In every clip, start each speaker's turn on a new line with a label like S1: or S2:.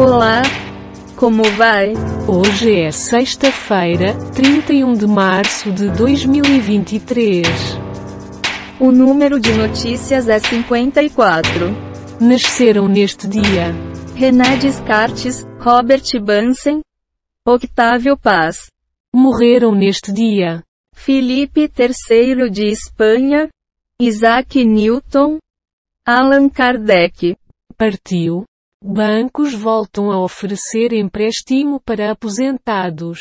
S1: Olá! Como vai?
S2: Hoje é sexta-feira, 31 de março de 2023.
S1: O número de notícias é 54.
S2: Nasceram neste dia
S1: René Descartes, Robert Bunsen, Octávio Paz,
S2: Morreram neste dia
S1: Felipe III de Espanha, Isaac Newton, Allan Kardec.
S2: Partiu Bancos voltam a oferecer empréstimo para aposentados.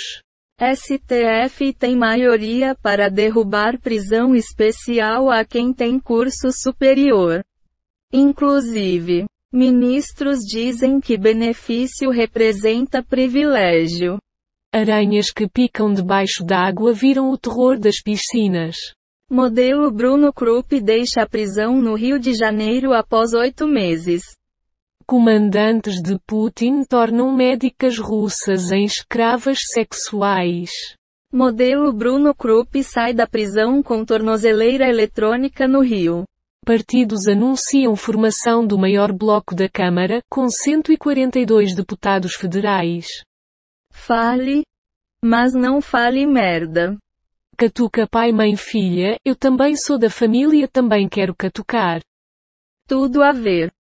S1: STF tem maioria para derrubar prisão especial a quem tem curso superior. Inclusive, ministros dizem que benefício representa privilégio.
S2: Aranhas que picam debaixo d'água viram o terror das piscinas.
S1: Modelo Bruno Krupp deixa a prisão no Rio de Janeiro após oito meses.
S2: Comandantes de Putin tornam médicas russas em escravas sexuais.
S1: Modelo Bruno Krupp sai da prisão com tornozeleira eletrônica no Rio.
S2: Partidos anunciam formação do maior bloco da Câmara, com 142 deputados federais.
S1: Fale, mas não fale merda.
S2: Catuca pai, mãe, filha, eu também sou da família, também quero catucar.
S1: Tudo a ver.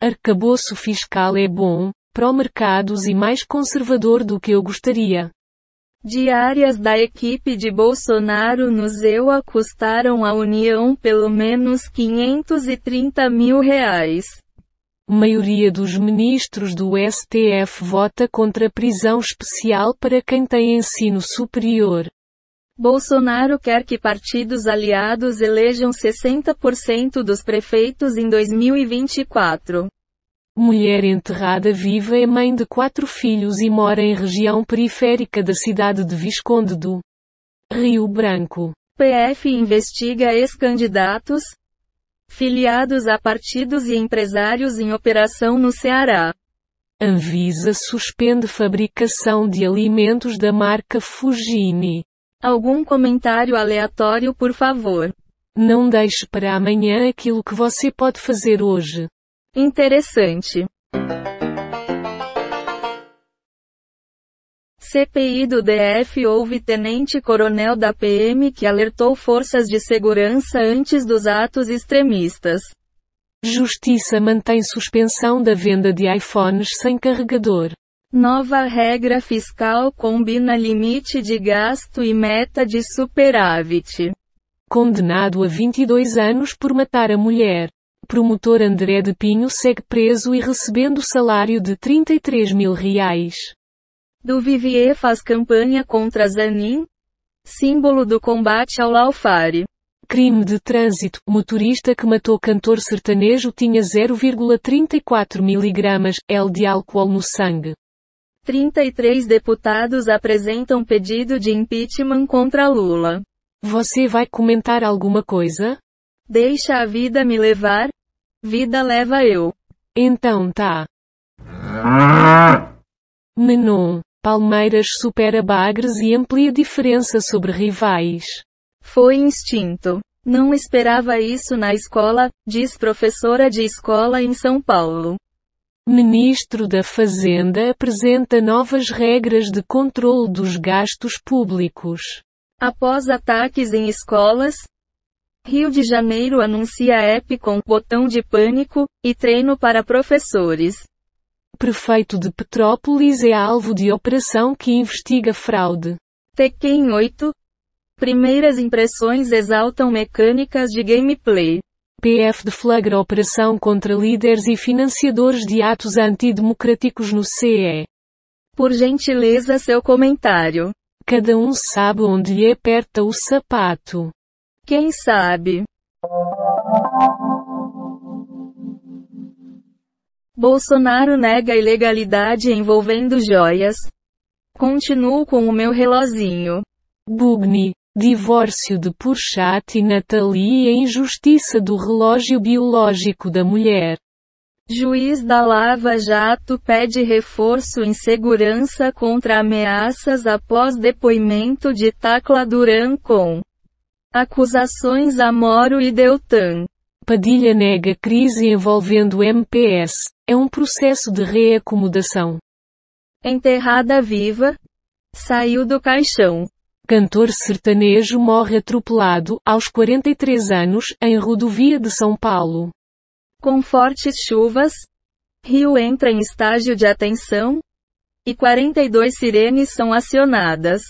S2: Arcabouço fiscal é bom, pró-mercados e mais conservador do que eu gostaria.
S1: Diárias da equipe de Bolsonaro nos EU custaram à União pelo menos 530 mil reais.
S2: Maioria dos ministros do STF vota contra prisão especial para quem tem ensino superior.
S1: Bolsonaro quer que partidos aliados elejam 60% dos prefeitos em 2024.
S2: Mulher enterrada viva é mãe de quatro filhos e mora em região periférica da cidade de Visconde do Rio Branco.
S1: PF investiga ex-candidatos, filiados a partidos e empresários em operação no Ceará.
S2: Anvisa suspende fabricação de alimentos da marca Fujini.
S1: Algum comentário aleatório, por favor.
S2: Não deixe para amanhã aquilo que você pode fazer hoje.
S1: Interessante. CPI do DF houve tenente-coronel da PM que alertou forças de segurança antes dos atos extremistas.
S2: Justiça mantém suspensão da venda de iPhones sem carregador.
S1: Nova regra fiscal combina limite de gasto e meta de superávit.
S2: Condenado a 22 anos por matar a mulher. Promotor André de Pinho segue preso e recebendo salário de 33 mil reais.
S1: Do Vivier faz campanha contra Zanin, símbolo do combate ao Laufari.
S2: Crime de trânsito. Motorista que matou cantor sertanejo tinha 0,34 miligramas L de álcool no sangue.
S1: 33 deputados apresentam pedido de impeachment contra Lula.
S2: Você vai comentar alguma coisa?
S1: Deixa a vida me levar, vida leva eu.
S2: Então tá. Menon. Palmeiras supera Bagres e amplia diferença sobre rivais.
S1: Foi instinto. Não esperava isso na escola, diz professora de escola em São Paulo.
S2: Ministro da Fazenda apresenta novas regras de controle dos gastos públicos.
S1: Após ataques em escolas, Rio de Janeiro anuncia app com botão de pânico e treino para professores.
S2: Prefeito de Petrópolis é alvo de operação que investiga fraude.
S1: Tekken 8. Primeiras impressões exaltam mecânicas de gameplay.
S2: PF deflagra operação contra líderes e financiadores de atos antidemocráticos no CE.
S1: Por gentileza, seu comentário.
S2: Cada um sabe onde lhe aperta o sapato.
S1: Quem sabe? Bolsonaro nega ilegalidade envolvendo joias. Continuo com o meu relozinho.
S2: Bugni. Divórcio de Purchat e Nathalie e a injustiça do relógio biológico da mulher.
S1: Juiz da Lava Jato pede reforço em segurança contra ameaças após depoimento de Tacla Duran com acusações a Moro e Deltan.
S2: Padilha nega crise envolvendo MPS. É um processo de reacomodação.
S1: Enterrada viva. Saiu do caixão.
S2: Cantor sertanejo morre atropelado, aos 43 anos, em rodovia de São Paulo.
S1: Com fortes chuvas, Rio entra em estágio de atenção e 42 sirenes são acionadas.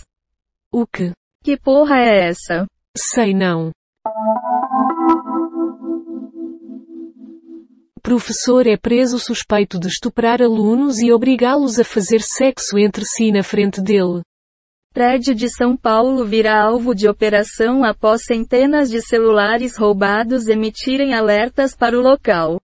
S2: O que?
S1: Que porra é essa?
S2: Sei não. Professor é preso suspeito de estuprar alunos e obrigá-los a fazer sexo entre si na frente dele.
S1: Prédio de São Paulo virá alvo de operação após centenas de celulares roubados emitirem alertas para o local.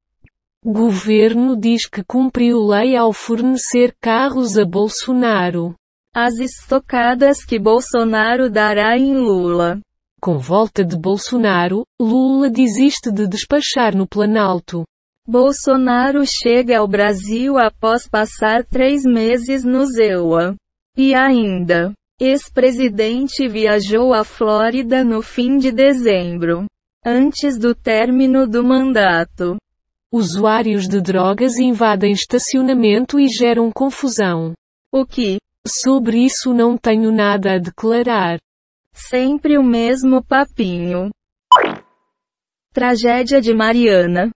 S2: Governo diz que cumpriu lei ao fornecer carros a Bolsonaro.
S1: As estocadas que Bolsonaro dará em Lula.
S2: Com volta de Bolsonaro, Lula desiste de despachar no Planalto.
S1: Bolsonaro chega ao Brasil após passar três meses no ZEUA. E ainda, ex-presidente viajou à Flórida no fim de dezembro, antes do término do mandato.
S2: Usuários de drogas invadem estacionamento e geram confusão.
S1: O que?
S2: Sobre isso não tenho nada a declarar.
S1: Sempre o mesmo papinho. Tragédia de Mariana.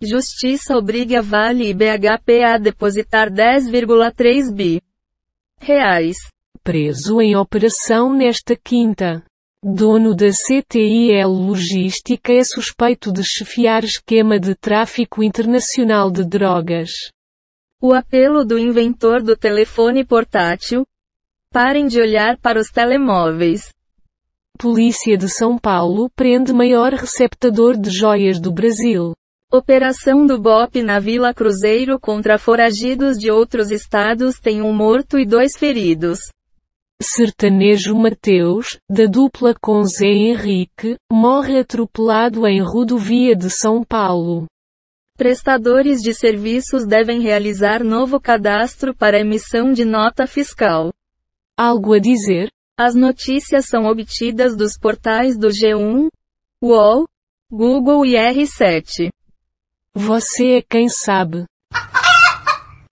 S1: Justiça obriga Vale e BHP a depositar 10,3 bi reais.
S2: Preso em operação nesta quinta. Dono da CTIL é Logística é suspeito de chefiar esquema de tráfico internacional de drogas.
S1: O apelo do inventor do telefone portátil? Parem de olhar para os telemóveis.
S2: Polícia de São Paulo prende maior receptador de joias do Brasil.
S1: Operação do BOP na Vila Cruzeiro contra foragidos de outros estados tem um morto e dois feridos.
S2: Sertanejo Mateus, da dupla com Zé Henrique, morre atropelado em rodovia de São Paulo.
S1: Prestadores de serviços devem realizar novo cadastro para emissão de nota fiscal.
S2: Algo a dizer?
S1: As notícias são obtidas dos portais do G1, UOL, Google e R7.
S2: Você é quem sabe.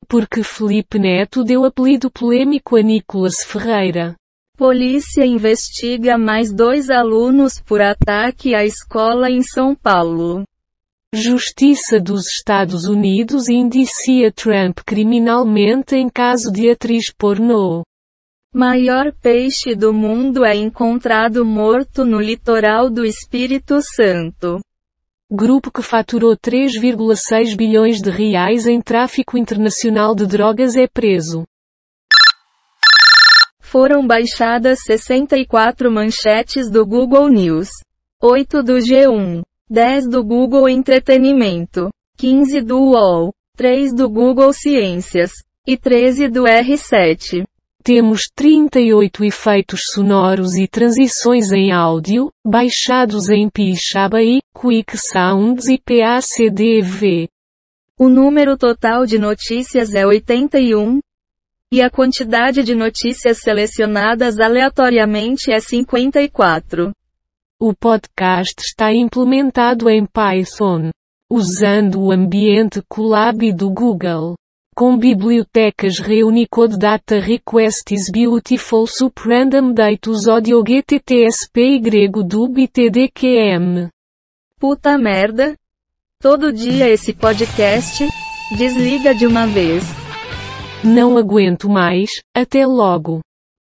S2: Porque Felipe Neto deu apelido polêmico a Nicolas Ferreira.
S1: Polícia investiga mais dois alunos por ataque à escola em São Paulo.
S2: Justiça dos Estados Unidos indicia Trump criminalmente em caso de atriz pornô.
S1: Maior peixe do mundo é encontrado morto no litoral do Espírito Santo.
S2: Grupo que faturou 3,6 bilhões de reais em tráfico internacional de drogas é preso.
S1: Foram baixadas 64 manchetes do Google News, 8 do G1, 10 do Google Entretenimento, 15 do UOL, 3 do Google Ciências e 13 do R7.
S2: Temos 38 efeitos sonoros e transições em áudio, baixados em Pixabay, Quick Sounds e PACDV.
S1: O número total de notícias é 81, e a quantidade de notícias selecionadas aleatoriamente é 54.
S2: O podcast está implementado em Python, usando o ambiente Colab do Google com bibliotecas Reunicode Data Requests Beautiful Suprandom Datus Audio GTTSP Y Dub TDQM.
S1: Puta merda. Todo dia esse podcast. Desliga de uma vez.
S2: Não aguento mais, até logo.